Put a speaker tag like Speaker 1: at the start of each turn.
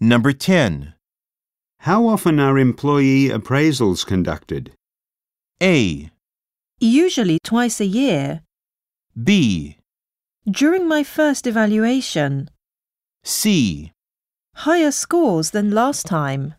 Speaker 1: Number 10.
Speaker 2: How often are employee appraisals conducted?
Speaker 1: A,
Speaker 3: Usually twice a year.
Speaker 1: B,
Speaker 3: During my first evaluation,
Speaker 1: C.
Speaker 3: higher scores than last time.